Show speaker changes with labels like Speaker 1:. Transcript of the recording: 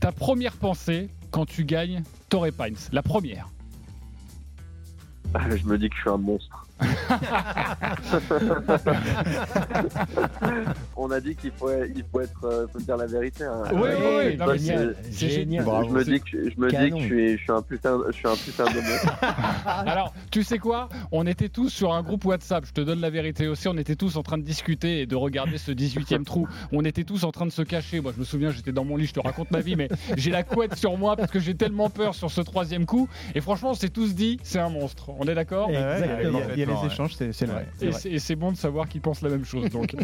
Speaker 1: Ta première pensée quand tu gagnes Torrey Pines, la première.
Speaker 2: Ah, Je me dis que je suis un monstre. On a dit qu'il faut, il faut être, euh, faut dire la vérité. hein.
Speaker 1: Oui,
Speaker 2: Euh,
Speaker 1: oui, oui,
Speaker 2: je
Speaker 1: non,
Speaker 2: me
Speaker 1: mais
Speaker 2: dis-
Speaker 1: c'est-
Speaker 3: c'est
Speaker 1: génial.
Speaker 3: génial.
Speaker 2: je me
Speaker 3: Bravo.
Speaker 2: dis que je me dis
Speaker 3: canon.
Speaker 2: que je suis, je suis un putain, je suis un putain de monstre.
Speaker 4: Ah
Speaker 1: Alors, tu sais quoi On était tous sur un groupe WhatsApp, je te donne la vérité aussi, on était tous en train de discuter et de regarder ce 18e trou. On était tous en train de se cacher. Moi, je me souviens, j'étais dans mon lit, je te raconte ma vie, mais j'ai la couette sur moi parce que j'ai tellement peur sur ce troisième coup. Et franchement, on s'est tous dit, c'est un monstre. On est d'accord
Speaker 3: Exactement.
Speaker 4: Il y a- il y a les échanges, c'est c'est vrai.
Speaker 1: Et c'est- et c'est bon de savoir qu'ils pensent la même chose. Donc.